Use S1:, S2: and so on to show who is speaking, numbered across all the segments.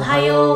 S1: ご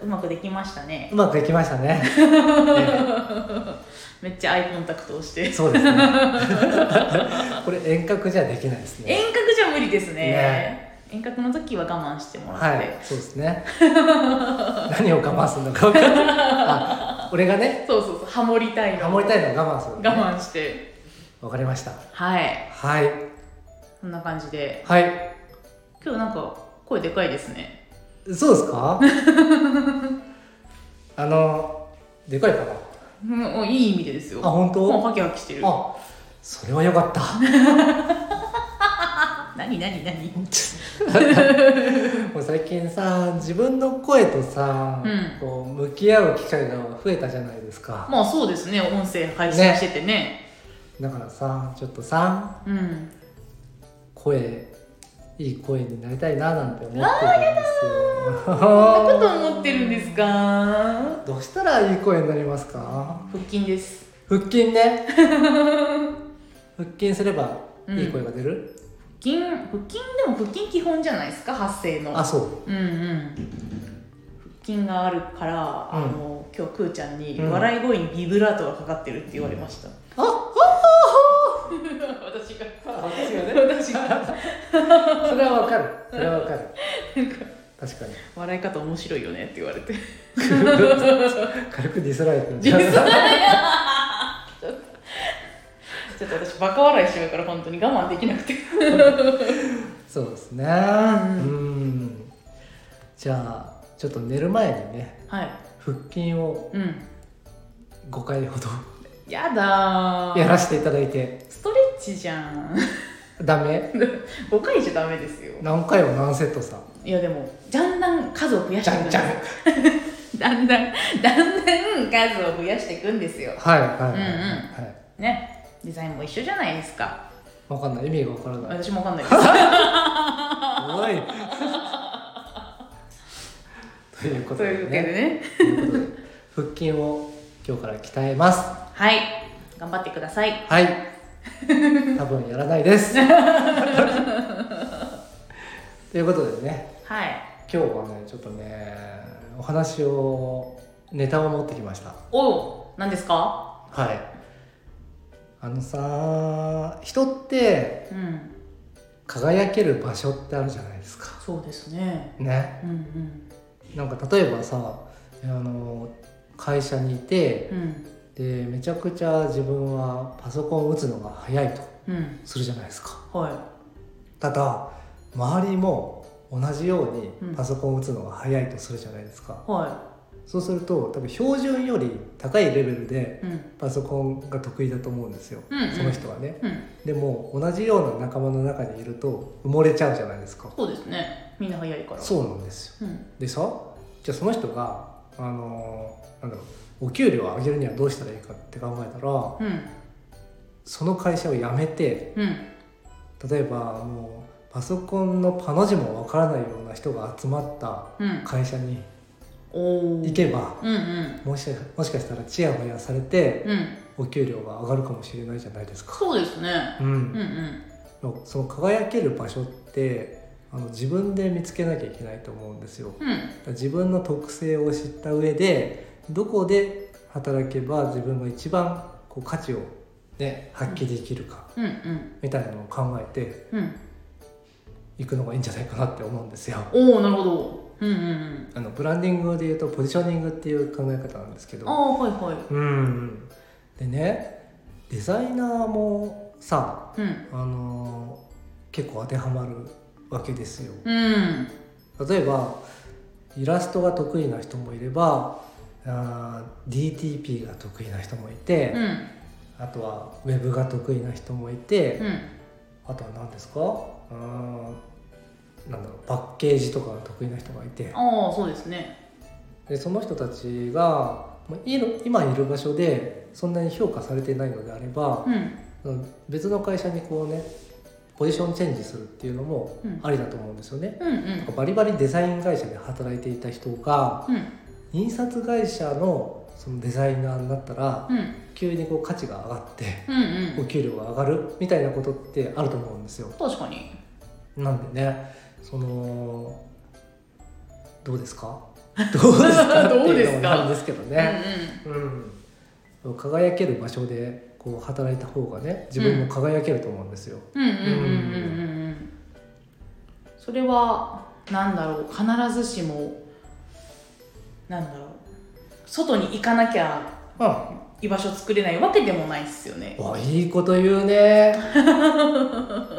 S1: うまくできましたね
S2: うまくいきました ね
S1: めっちゃアイコンタクトをして
S2: そう ですねこれ遠隔じゃできないですね
S1: 遠隔じゃ無理ですね
S2: ね
S1: 遠隔の時は我慢してもらって、
S2: はいそうですね何を我慢するのか分かんないあ俺がね
S1: そうそうそうハモりたいの
S2: 守りたいのは我慢するのね
S1: 我慢して
S2: わかりました
S1: はい
S2: はい
S1: こんな感じで
S2: はい
S1: 今日なんか声でかいですね
S2: そうです かあのでかいかな
S1: うんおいい意味でですよ
S2: あ本当
S1: もうハキハキしてる
S2: あそれはよかった
S1: あ何何何
S2: もう最近さ自分の声とさ、
S1: うん
S2: こう向き合う機会が増えたじゃないですか
S1: まあそうですね音声配信しててね
S2: だからさちょっとさ
S1: うん
S2: 声いい声になりたいななんて思ってた
S1: そん
S2: ん
S1: な
S2: で
S1: こ
S2: すよ
S1: と思ってるんですか
S2: どうしたらいい声になりますか
S1: 腹筋です
S2: 腹筋ね腹筋すればいい声が出る、
S1: 腹筋腹筋でも腹筋基本じゃないですか発声の
S2: あそ
S1: う
S2: う
S1: んうん腹筋があるから、
S2: うん
S1: あの今日くーちゃんに、
S2: うん
S1: 笑い声にビブラートがかかってるって言われました、
S2: ああ
S1: 私が
S2: 私がね
S1: 私が
S2: それはわかるそれはわかる確かに
S1: 笑い方面白いよねって言われ て
S2: 軽くディスられてる
S1: 実際やちょっと私バカ笑いしちゃうから本当に我慢できなくて
S2: そうですねうんじゃあちょっと寝る前にね
S1: はい
S2: 腹筋を
S1: うん
S2: 5回ほど
S1: やだー
S2: やらせていただいて
S1: ストレッチじゃ ん
S2: ダメ
S1: 5回じゃダメですよ
S2: 何回も何セットさ
S1: いやでもじゃんだん数を増やし
S2: じ
S1: ていく
S2: ゃ
S1: ん
S2: ん
S1: で
S2: じ
S1: す
S2: ゃ
S1: よ
S2: ん
S1: だんだんだんだん数を増やしていくんですよ
S2: はいはいはいは
S1: う
S2: い、
S1: んうん
S2: はい
S1: ねデザインも一緒じゃないですか
S2: わかんない意味がわからない
S1: 私もわかんないです
S2: おいというこ
S1: と
S2: とで
S1: いうわけでね
S2: ねということで腹筋を今日から鍛えます
S1: はい頑張ってください
S2: はい多分やらないです ということでね
S1: はい
S2: 今日はねちょっとねお話をネタを持ってきました
S1: おう何ですか
S2: はいあのさ人って
S1: うん
S2: 輝ける場所ってあるじゃないですか
S1: そうですね
S2: ね
S1: うんうん
S2: なんか例えばさあの会社にいて
S1: うん
S2: でめちゃくちゃ自分はパソコンを打つのが早いと
S1: うん
S2: するじゃないですか
S1: は
S2: ただ周りも同じよう
S1: うん
S2: にパソコンを打つのが早いとするじゃないですか、
S1: いは
S2: そうすると多分標準より高いレベルで
S1: いうん
S2: パソコンが得意だと思うんですよ、
S1: うんうん
S2: その人はね
S1: うん
S2: でも同じような仲間の中にいると埋もれちゃうじゃないですか
S1: そうですねみんな早いから
S2: そうなんです
S1: う
S2: よ
S1: ん
S2: でさじゃあその人があのーなんだろうお給料を上げるにはどうしたらいいかって考えたら
S1: うん
S2: その会社を辞めて
S1: うん
S2: 例えばもうパソコンのパの字もわからないような人が集まった
S1: うん
S2: 会社に
S1: おお
S2: 行けば
S1: うんうん
S2: もしもしかしたらチヤホヤされて
S1: うん
S2: お給料が上がるかもしれないじゃないですか。
S1: そうですね
S2: う
S1: うんう
S2: ん、
S1: ん
S2: その輝ける場所ってあの自分で見つけなきゃいけないと思うんですよ。だ
S1: う
S2: か
S1: ん
S2: ら自分の特性を知った上でどこで働けば自分が一番こう価値を、ね、発揮できるか
S1: うんうん
S2: みたいなのを考えて
S1: うん
S2: いくのがいいんじゃないかなって思うんですよ。
S1: おおなるほどうんうんうん
S2: あのブランディングでいうとポジショニングっていう考え方なんですけど
S1: ああはいは
S2: うんでねデザイナーもさ
S1: いうん
S2: あのー結構当てはまるわけですよ
S1: うん
S2: 例えばイラストが得意な人もいればあー DTP が得意な人もいて、
S1: うん
S2: あとはウェブが得意な人もいて、
S1: うん
S2: あとは何ですかうーんなんだろうパッケージとかが得意な人がいて
S1: ああそうですね
S2: でその人たちがまあいる今いる場所でそんなに評価されてないのであれば、
S1: うん
S2: うん別の会社にこうねポジションチェンジするっていうのも
S1: うん
S2: ありだと思うんですよね。
S1: うんうん
S2: バリバリデザイン会社で働いていた人が
S1: うん
S2: 印刷会社のそのデザイナーになったら
S1: うん
S2: 急にこう価値が上がって
S1: うんう
S2: お
S1: ん
S2: 給料が上がるみたいなことってあると思うんですよ。
S1: 確かに
S2: なんでねそのどうです かどうですかっていうのもなんですけどね。うん、輝ける場所でこう働いた方がね自分も輝けると思うんですよ。
S1: うんうんうんうんうんうんうんそれはなんだろう必ずしもなんだろう外に行かなきゃ
S2: あ
S1: 居場所作れないわけでもないっすよね
S2: あいいこと言うね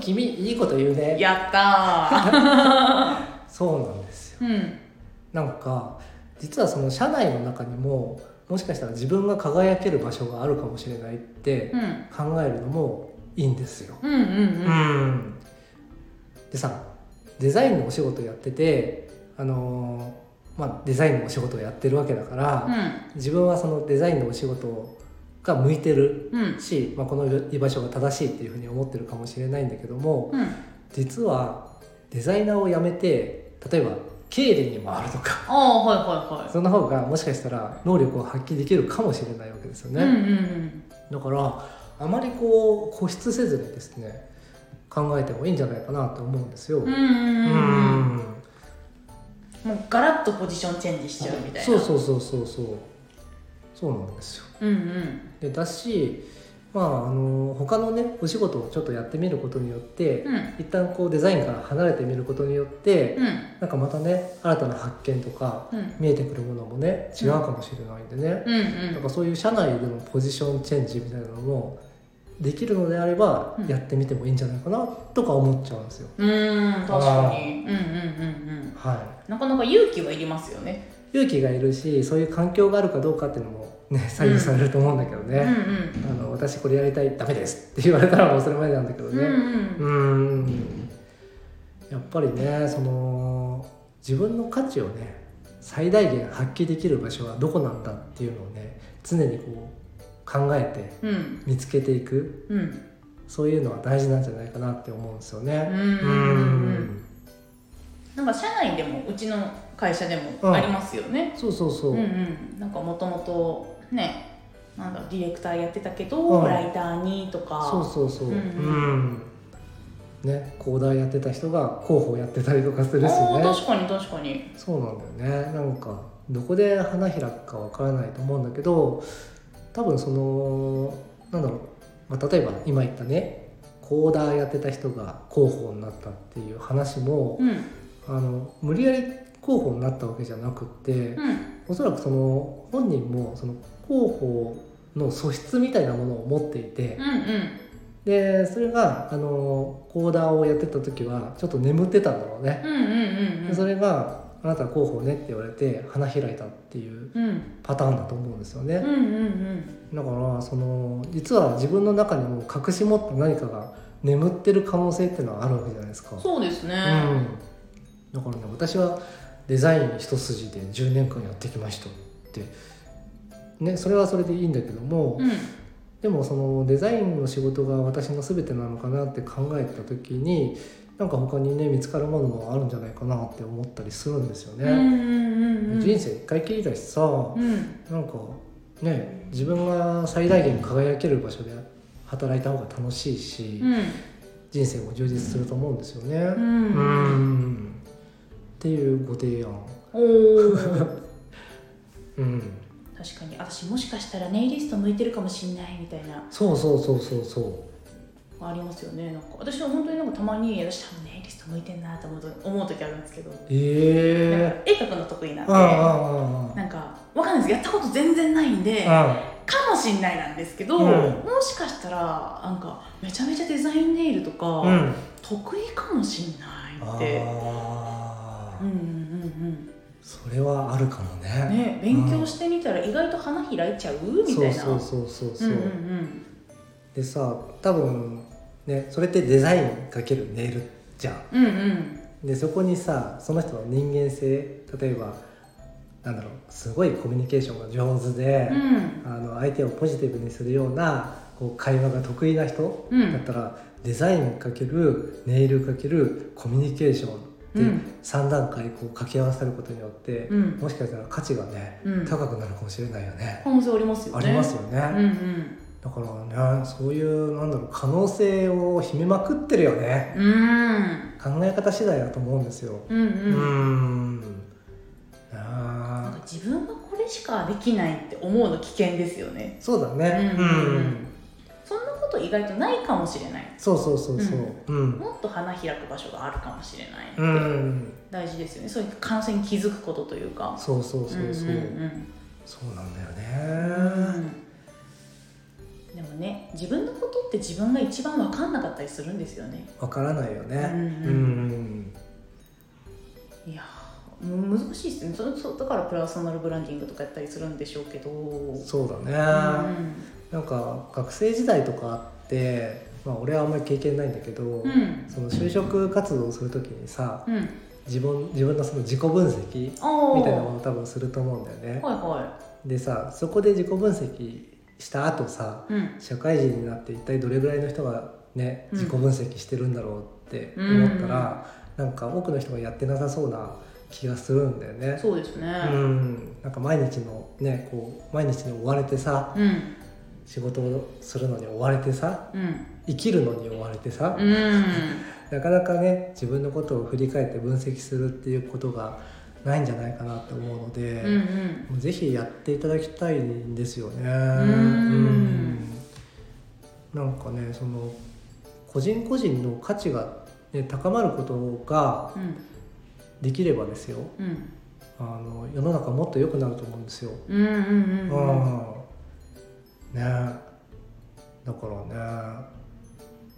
S2: 君いいこと言うね
S1: やったー
S2: そうなんですよ
S1: うん
S2: なんか実はその社内の中にももしかしたら自分が輝ける場所があるかもしれないって
S1: うん
S2: 考えるのもいいんですよ。
S1: うんうんうん
S2: ん、でさデザインのお仕事やってて、あのーまあ、デザインのお仕事をやってるわけだから、自分はそのデザインのお仕事が向いてる
S1: うんうん
S2: し、まあ、この居場所が正しいっていうふうに思ってるかもしれないんだけども
S1: うん
S2: 実はデザイナーを辞めて例えば経理に回るとか
S1: ああはいはいはい
S2: その方がもしかしたら能力を発揮できるかもしれないわけですよね。
S1: うんうん
S2: だからあまりこう固執せずにですね考えた方がいいんじゃないかなと思うんですよ。
S1: うんうん
S2: う
S1: うんうん
S2: ん
S1: もうガラッとポジションチェンジしちゃうみたいな
S2: そうそうそうそうそうそうなんですよ。
S1: うんうん
S2: でだしまああの他のねお仕事をちょっとやってみることによって、
S1: うん
S2: 一旦こうデザインから離れてみることによって、
S1: うん
S2: なんかまたね新たな発見とか
S1: うん
S2: 見えてくるものもね違うかもしれないんでね。
S1: うん
S2: なんかそういう社内でのポジションチェンジみたいなのもできるのであれば
S1: うん
S2: やってみてもいいんじゃないかなとか思っちゃうんですよ。
S1: うんうん確かにうんうんうんうん
S2: は
S1: なかなか勇気はいりますよね。
S2: い、勇気がいるしそういう環境があるかどうかっていうのも、ね、左右されると思うんだけど
S1: うんう
S2: ね、
S1: ん。
S2: あの私これやりたいダメですって言われたらもうそれまでなんだけど
S1: うんう。
S2: ね。うんんやっぱりねその自分の価値をね最大限発揮できる場所はどこなんだっていうのをね常にこう考えて
S1: うん
S2: 見つけていく
S1: うん。
S2: そういうのは大事なんじゃないかなって思うんですよ
S1: うんう
S2: ね。
S1: ん
S2: う
S1: うん。なんか社内でもうちの会社でもありますよね。
S2: そうそうそうう。
S1: んうん。なんかもともとね、なんだろうディレクターやってたけ
S2: う
S1: ど
S2: ん
S1: ライターにとか。
S2: そうそうそう。
S1: う
S2: うんん、ね、広大やってた人が広報やってたりとかするしね。
S1: ああ確かに確かに。
S2: そうなんだよね。なんかどこで花開くかわからないと思うんだけど、多分そのなんだろう。まあ例えば今言ったね、コーダーやってた人が広報になったっていう話も、
S1: うん
S2: あの無理やり広報になったわけじゃなくって。
S1: うん
S2: おそらくその本人もその広報の素質みたいなものを持っていて
S1: うんうん。
S2: でそれがあのコーダーをやってた時はちょっと眠ってたんだろうね
S1: うんうんうんう
S2: で
S1: ん。
S2: それが「あなたは広報ね」って言われて花開いたっていう
S1: うん
S2: パターンだと思うんですよ
S1: うん
S2: ね
S1: うんうん。
S2: だからその実は自分の中にも隠し持った何かが眠ってる可能性っていうのはあるわけじゃないですか
S1: そうですね。
S2: うん、だからね私はデザイン一筋で10年間やってきましたって、ね、それはそれでいいんだけども、
S1: うん
S2: でもそのデザインの仕事が私の全てなのかなって考えた時になんか他にね見つかるものもあるんじゃないかなって思ったりするんですよ
S1: うんう
S2: ね。
S1: んうんうん。
S2: 人生一回きりだしさ、
S1: うん
S2: なんかね自分が最大限輝ける場所で働いた方が楽しいし、
S1: うん
S2: 人生も充実すると思うんですよね。
S1: うん
S2: う
S1: うん。
S2: んっていうご提案
S1: おー
S2: うん
S1: 確かに私もしかしたらネイリスト向いてるかもしんないみたいな
S2: そうそうそうそうそ
S1: ありますよねなんか私は本当になんかたまに私多分ネイリスト向いてんなと思うと思う時あるんですけど、
S2: うええ
S1: なんか絵描くの得意なん
S2: ー、
S1: で
S2: あ
S1: なんかわかんないですやったこと全然ないんで
S2: ああああ
S1: かもしんないなんですけど、
S2: うん
S1: もしかしたらなんかめちゃめちゃデザインネイルとか、
S2: あうん
S1: 得意かもしんないって
S2: あ
S1: う
S2: あ
S1: んうんうん
S2: それはあるかも
S1: うんね
S2: ね
S1: 勉強してみたら意外と花開いちゃうみた
S2: そ
S1: いうな
S2: そうそうそうそうう、
S1: んうん
S2: でさ多分ねそれってデザインかけるネイルじゃん
S1: うんうんうん
S2: でそこにさその人の人間性例えばなんだろうすごいコミュニケーションが上手で、
S1: うん
S2: あの相手をポジティブにするようなこう会話が得意な人
S1: うん
S2: だったら、デザインかけるネイルかけるコミュニケーションって
S1: うん
S2: 3段階こう掛け合わさることによって、
S1: うん
S2: もしかしたら価値がね、
S1: うん
S2: 高くなるかもしれないよね。
S1: 可能性ありますよ
S2: あ
S1: ね
S2: りますよね、
S1: うんうん
S2: だからねそういうなんだろう可能性を秘めまくってるよね
S1: うーん
S2: 考え方次第だと思うんですよ。
S1: うん
S2: うー
S1: うん
S2: ん
S1: なん
S2: あ
S1: か自分がこれしかできないって思うの危険ですよね
S2: ーそうだね
S1: う
S2: うんん、
S1: うんうんそんなこと意外とないかもしれない
S2: そうそうそうそううん
S1: もっと花開く場所があるかもしれない、
S2: うん、
S1: 大事ですよねそういう可能性に気づくことというか
S2: そうそうそうそう、
S1: んん
S2: そうなんだよ
S1: うんう
S2: ね、
S1: んでもね自分のことって自分が一番分かんなかったりするんですよね
S2: わからないよね
S1: う
S2: うんん、
S1: うんいやーもう難しいですねそそうだからプラソナルブランディングとかやったりするんでしょうけど
S2: そうだね、
S1: うん
S2: なんか学生時代とかあってまあ俺はあんまり経験ないんだけど、
S1: うん
S2: その就職活動をするときにさ
S1: うん
S2: 自分自分のその自己分析
S1: おー
S2: みたいなものを多分すると思うんだよね。
S1: はいは
S2: でさそこで自己分析した後さ
S1: いうん
S2: 社会人になって一体どれぐらいの人がね
S1: うん
S2: 自己分析してるんだろうって思ったら、なんか多くの人がやってなさそうな気がするんだよね。
S1: そうですね
S2: うん、なんか毎日のねこう毎日に追われてさ
S1: うん
S2: 仕事をするのに追われてさ
S1: うん
S2: 生きるのに追われてさ、
S1: うん
S2: なかなかね自分のことを振り返って分析するっていうことがないんじゃないかなと思うので、
S1: うんうん
S2: ぜひやっていただきたいんですよね。
S1: ん
S2: うんなんかねその個人個人の価値が、ね、高まることが
S1: うん
S2: できればですよ
S1: うん
S2: あの世の中もっと良くなると思うんですよ。
S1: うんうん
S2: う
S1: うんうん
S2: んねだからね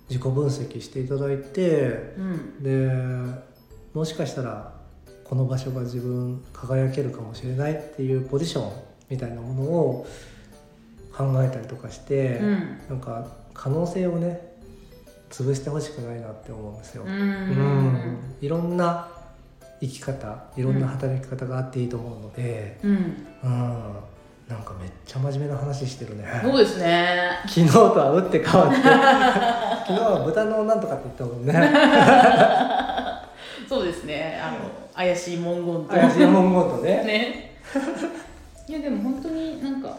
S2: 自己分析していただいて
S1: うん
S2: でもしかしたらこの場所が自分輝けるかもしれないっていうポジションみたいなものを考えたりとかして、
S1: うん
S2: なんか可能性をね潰してほしくないなって思うんですよ。
S1: う
S2: うん
S1: ん
S2: いろんな生き方いろんな働き方があっていいと思うので、
S1: うん
S2: うんなんかめっちゃ真面目な話してるね。
S1: そうですね
S2: 昨日とは打って 変わって昨日は豚のなんとかって言ったもんね。
S1: そうですねあの怪しい文言と
S2: 怪しい文言とね
S1: ねいやでも本当になんか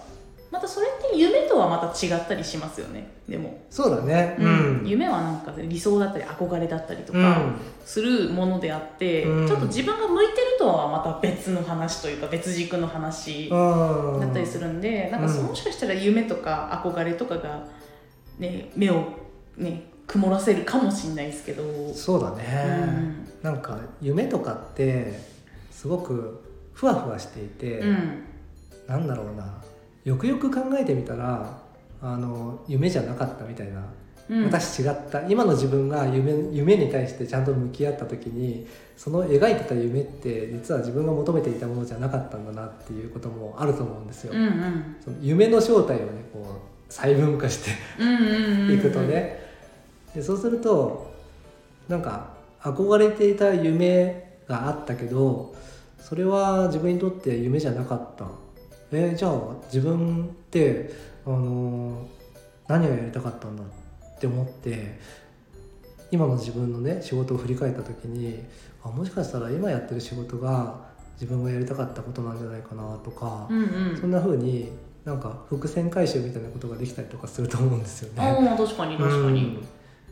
S1: またそれって夢とはまた違ったりしますよねでも、
S2: そうだね
S1: 夢はなんか理想だったり憧れだったりと
S2: う
S1: か
S2: ん
S1: するものであって、
S2: うん
S1: ちょっと自分が向いてるとはまた別の話というか別軸の話だ
S2: うん
S1: ったりするんで、なんかそう
S2: うん
S1: もしかしたら夢とか憧れとかが、ね、目を、ね、曇らせるかもしれないですけど。
S2: そうだね、
S1: うん
S2: なんか夢とかってすごくふわふわしていて、
S1: うん
S2: なんだろうなよくよく考えてみたらあの夢じゃなかったみたいな、
S1: うん、
S2: 私違った今の自分が夢夢に対してちゃんと向き合った時にその描いてた夢って実は自分が求めていたものじゃなかったんだなっていうこともあると思うんですよ。
S1: うんうん
S2: その夢の正体をねこう細分化して
S1: うんうんうん
S2: 行くとね、でそうするとなんか憧れていた夢があったけどそれは自分にとって夢じゃなかったえーじゃあ自分って、あのー何をやりたかったんだって思って今の自分のね仕事を振り返った時にあもしかしたら今やってる仕事が自分がやりたかったことなんじゃないかなとか、
S1: うんうん
S2: そんな風になんか伏線回収みたいなことができたりとかすると思うんですよね。
S1: ああ確かに確かに
S2: うん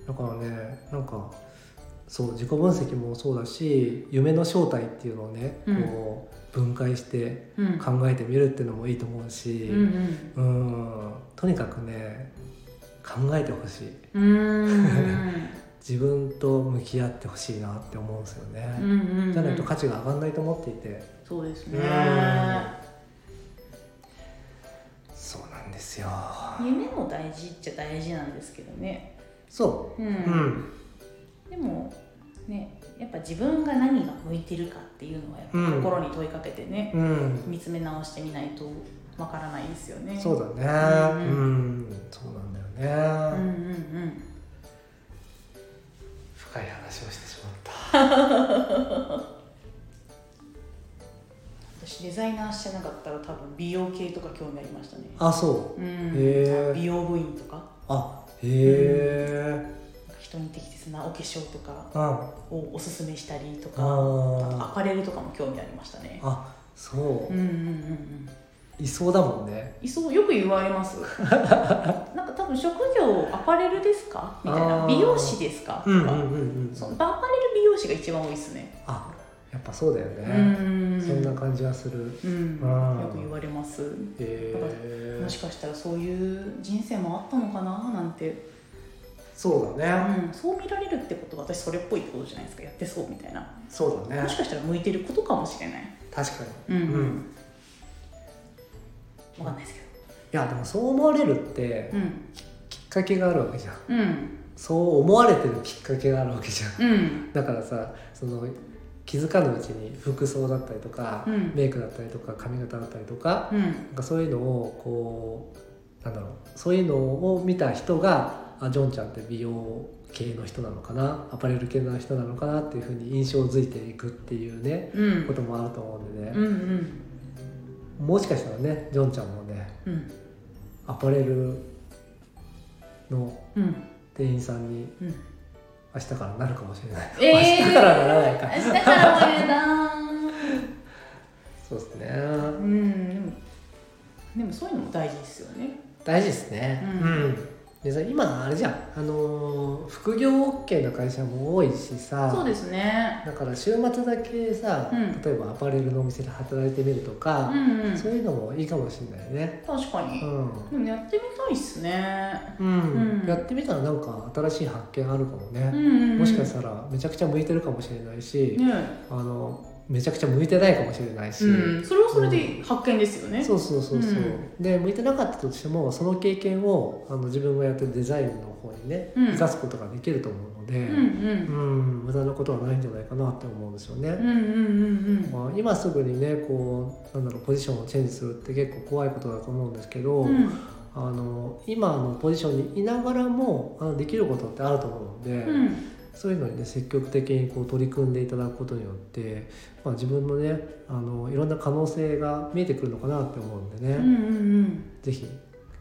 S2: だからねなんかそう自己分析もそうだし夢の正体っていうのをね、
S1: うん
S2: こう分解して
S1: うん、うん
S2: 考えてみるっていうのもいいと思うし
S1: う、ん
S2: うんとにかくね考えてほしい
S1: うんうん
S2: 自分と向き合ってほしいなって思うんですよ
S1: う
S2: ね、
S1: んうん
S2: じゃないと価値が上がらないと思っていて、
S1: そうです
S2: う
S1: ね
S2: んそうなんですよ
S1: 夢も大事っちゃ大事なんですけどね
S2: そうう、うんん、
S1: でもねやっぱ自分が何が向いてるかっていうのはやっぱ心に問いかけてね
S2: うん、
S1: 見つめ直してみないとわからないですよね
S2: そうだね。
S1: う
S2: うんん、そうなんだ
S1: うんう
S2: よね、
S1: んうん
S2: 深い話をしてしまった。
S1: 私私デザイナーしてなかったら多分美容系とか興味ありましたね
S2: あそう
S1: う
S2: へー
S1: ん美容部員とかなんか
S2: あへえ
S1: 人に適切なお化粧とか
S2: あ
S1: をおすすめしたりと
S2: あ
S1: かア
S2: ー
S1: パレルとかも興味ありましたね
S2: あそうう
S1: うんうんう
S2: ん
S1: ん
S2: いそうだもんね
S1: いそうよく言われます なんか多分職業アパレルですかみたい
S2: あ
S1: な
S2: ー
S1: 美容師ですか
S2: うんう
S1: とか
S2: んうんうん
S1: そうアパレル美容師が一番多いですね
S2: あやっぱそうだよ
S1: う
S2: ね
S1: ん
S2: そんな感じはする
S1: うん
S2: うん
S1: よく言われます
S2: へえ
S1: もしかしたらそういう人生もあったのかななんて、
S2: そうだね
S1: うん、そう見られるってことは私それっぽいってことじゃないですかやってそうみたいな
S2: そうだ
S1: も
S2: ね
S1: しかしたら向いてることかもしれない
S2: 確か
S1: う
S2: に
S1: ん、
S2: うん
S1: 分かんないですけ
S2: いやでもそう思われるって
S1: ど
S2: きっかけがあるわけじゃん
S1: うんうん
S2: そう思われてるきっかけがあるわけじゃん
S1: うん
S2: だからさその気づかぬうちに服装だったりとか、
S1: うん
S2: メイクだったりとか髪型だったりとか
S1: うん
S2: なんかそういうのをこうなんだろうそういうのを見た人があジョンちゃんって美容系の人なのかなアパレル系の人なのかなっていうふうに印象づいていくっていうね
S1: うんうん
S2: こともあると思うんで
S1: う
S2: ね、
S1: ん
S2: もしかしたらねジョンちゃんもね
S1: うん
S2: アパレルの
S1: うん
S2: 店員さんに
S1: うん
S2: 明日からなるかもしれない、
S1: えー
S2: 明日からならないか
S1: 明日から俺だ
S2: そうですね
S1: うんでもでもそういうのも大事ですよね
S2: 大事ですね
S1: う
S2: うんん、でさ今あれじゃんあのー副業 OK の会社も多いしさ
S1: そうですね
S2: だから週末だけさ、
S1: うん
S2: 例えばアパレルのお店で働いてみると
S1: う
S2: か、
S1: んうん
S2: そういうのもいいかもしれないね
S1: 確かに、
S2: うん、
S1: でもやってみたいっすね
S2: うん
S1: うん
S2: やってみたらなんか新しい発見あるかも
S1: うん
S2: ね、
S1: うんうん
S2: もしかしたらめちゃくちゃ向いてるかもしれないし、
S1: ね
S2: あのめちゃくちゃ向いてないかもしれないし、
S1: うん、それはそれで発見ですよね、
S2: そうそうそうそう、
S1: う
S2: で向いてなかったとしてもその経験をあの自分がやってるデザインの方にね、
S1: うん
S2: 生かすことができると思うので、
S1: うんうん
S2: うん無駄なことはないんじゃないかなって思うんですよ
S1: う
S2: ね、
S1: んうんうん
S2: まあ、今すぐにねこうなんだろうポジションをチェンジするって結構怖いことだと思うんですけど、
S1: うんうん
S2: あの今のポジションにいながらもあのできることってあると思うので、
S1: うん
S2: そういうのにね積極的にこう取り組んでいただくことによって、まあ、自分のねあのいろんな可能性が見えてくるのかなって思うんでね、
S1: うんうん
S2: ぜひ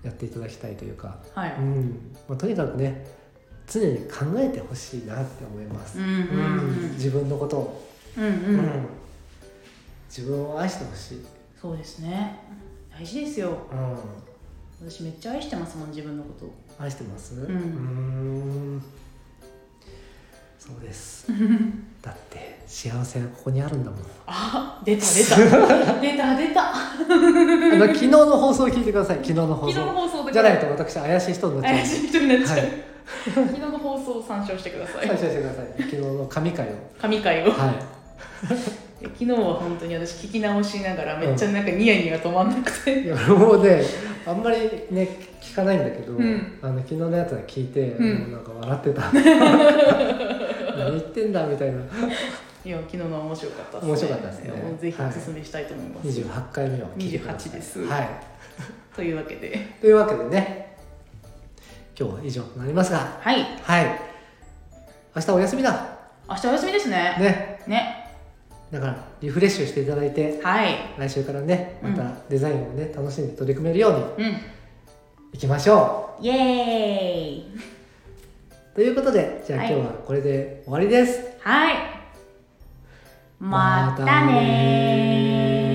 S2: やっていただきたいというか、
S1: は
S2: う
S1: い
S2: んまあ、とにかくね常に考えてほしいなって思います、
S1: うんうんうん
S2: うん自分のことを、
S1: うん
S2: う
S1: うんん
S2: 自分を愛してほしい、
S1: そうですね大事ですよ
S2: うん、
S1: 私めっちゃ愛してますもん自分のこと
S2: 愛してますうんーんそうです だって幸せはここにあるんだもん
S1: あ出た 出た出た出た
S2: あの昨日の放送を聞いてください昨日の放
S1: 昨日の
S2: 送
S1: 放送で
S2: じゃないと私怪しい人になっちゃう
S1: 怪しい人になっ ちゃう、
S2: はい
S1: 昨日の放送を参照してください、
S2: 最初してください昨日の神回を
S1: 神回を
S2: はい
S1: 昨日は本当に私聞き直しながらめっちゃなんかニヤニヤ止まんなくて、
S2: いや俺もねあんまりね聞かないんだけど、
S1: うん
S2: あの昨日のやつは聞いて、
S1: うん
S2: もうなんか笑って た何言ってんだみたいない
S1: や昨日のは面白かったっすね
S2: 面白かったっすね
S1: いやもうぜひおすすめしたいと思います、
S2: 28回目を聞いてください
S1: 28です
S2: は
S1: というわけで
S2: い、というわけでね今日は以上となりますが
S1: はい
S2: はい明日お休みだ
S1: 明日お休みですね
S2: ね
S1: ね
S2: だからリフレッシュしていただいて
S1: はい
S2: 来週からねま
S1: う
S2: たデザインをね楽しんで取り組めるように
S1: うん
S2: いきましょ
S3: イエーイ
S2: うということでじゃあ
S3: は
S2: 今
S3: い
S2: 日はこれで終わりです、
S1: はい
S3: またねー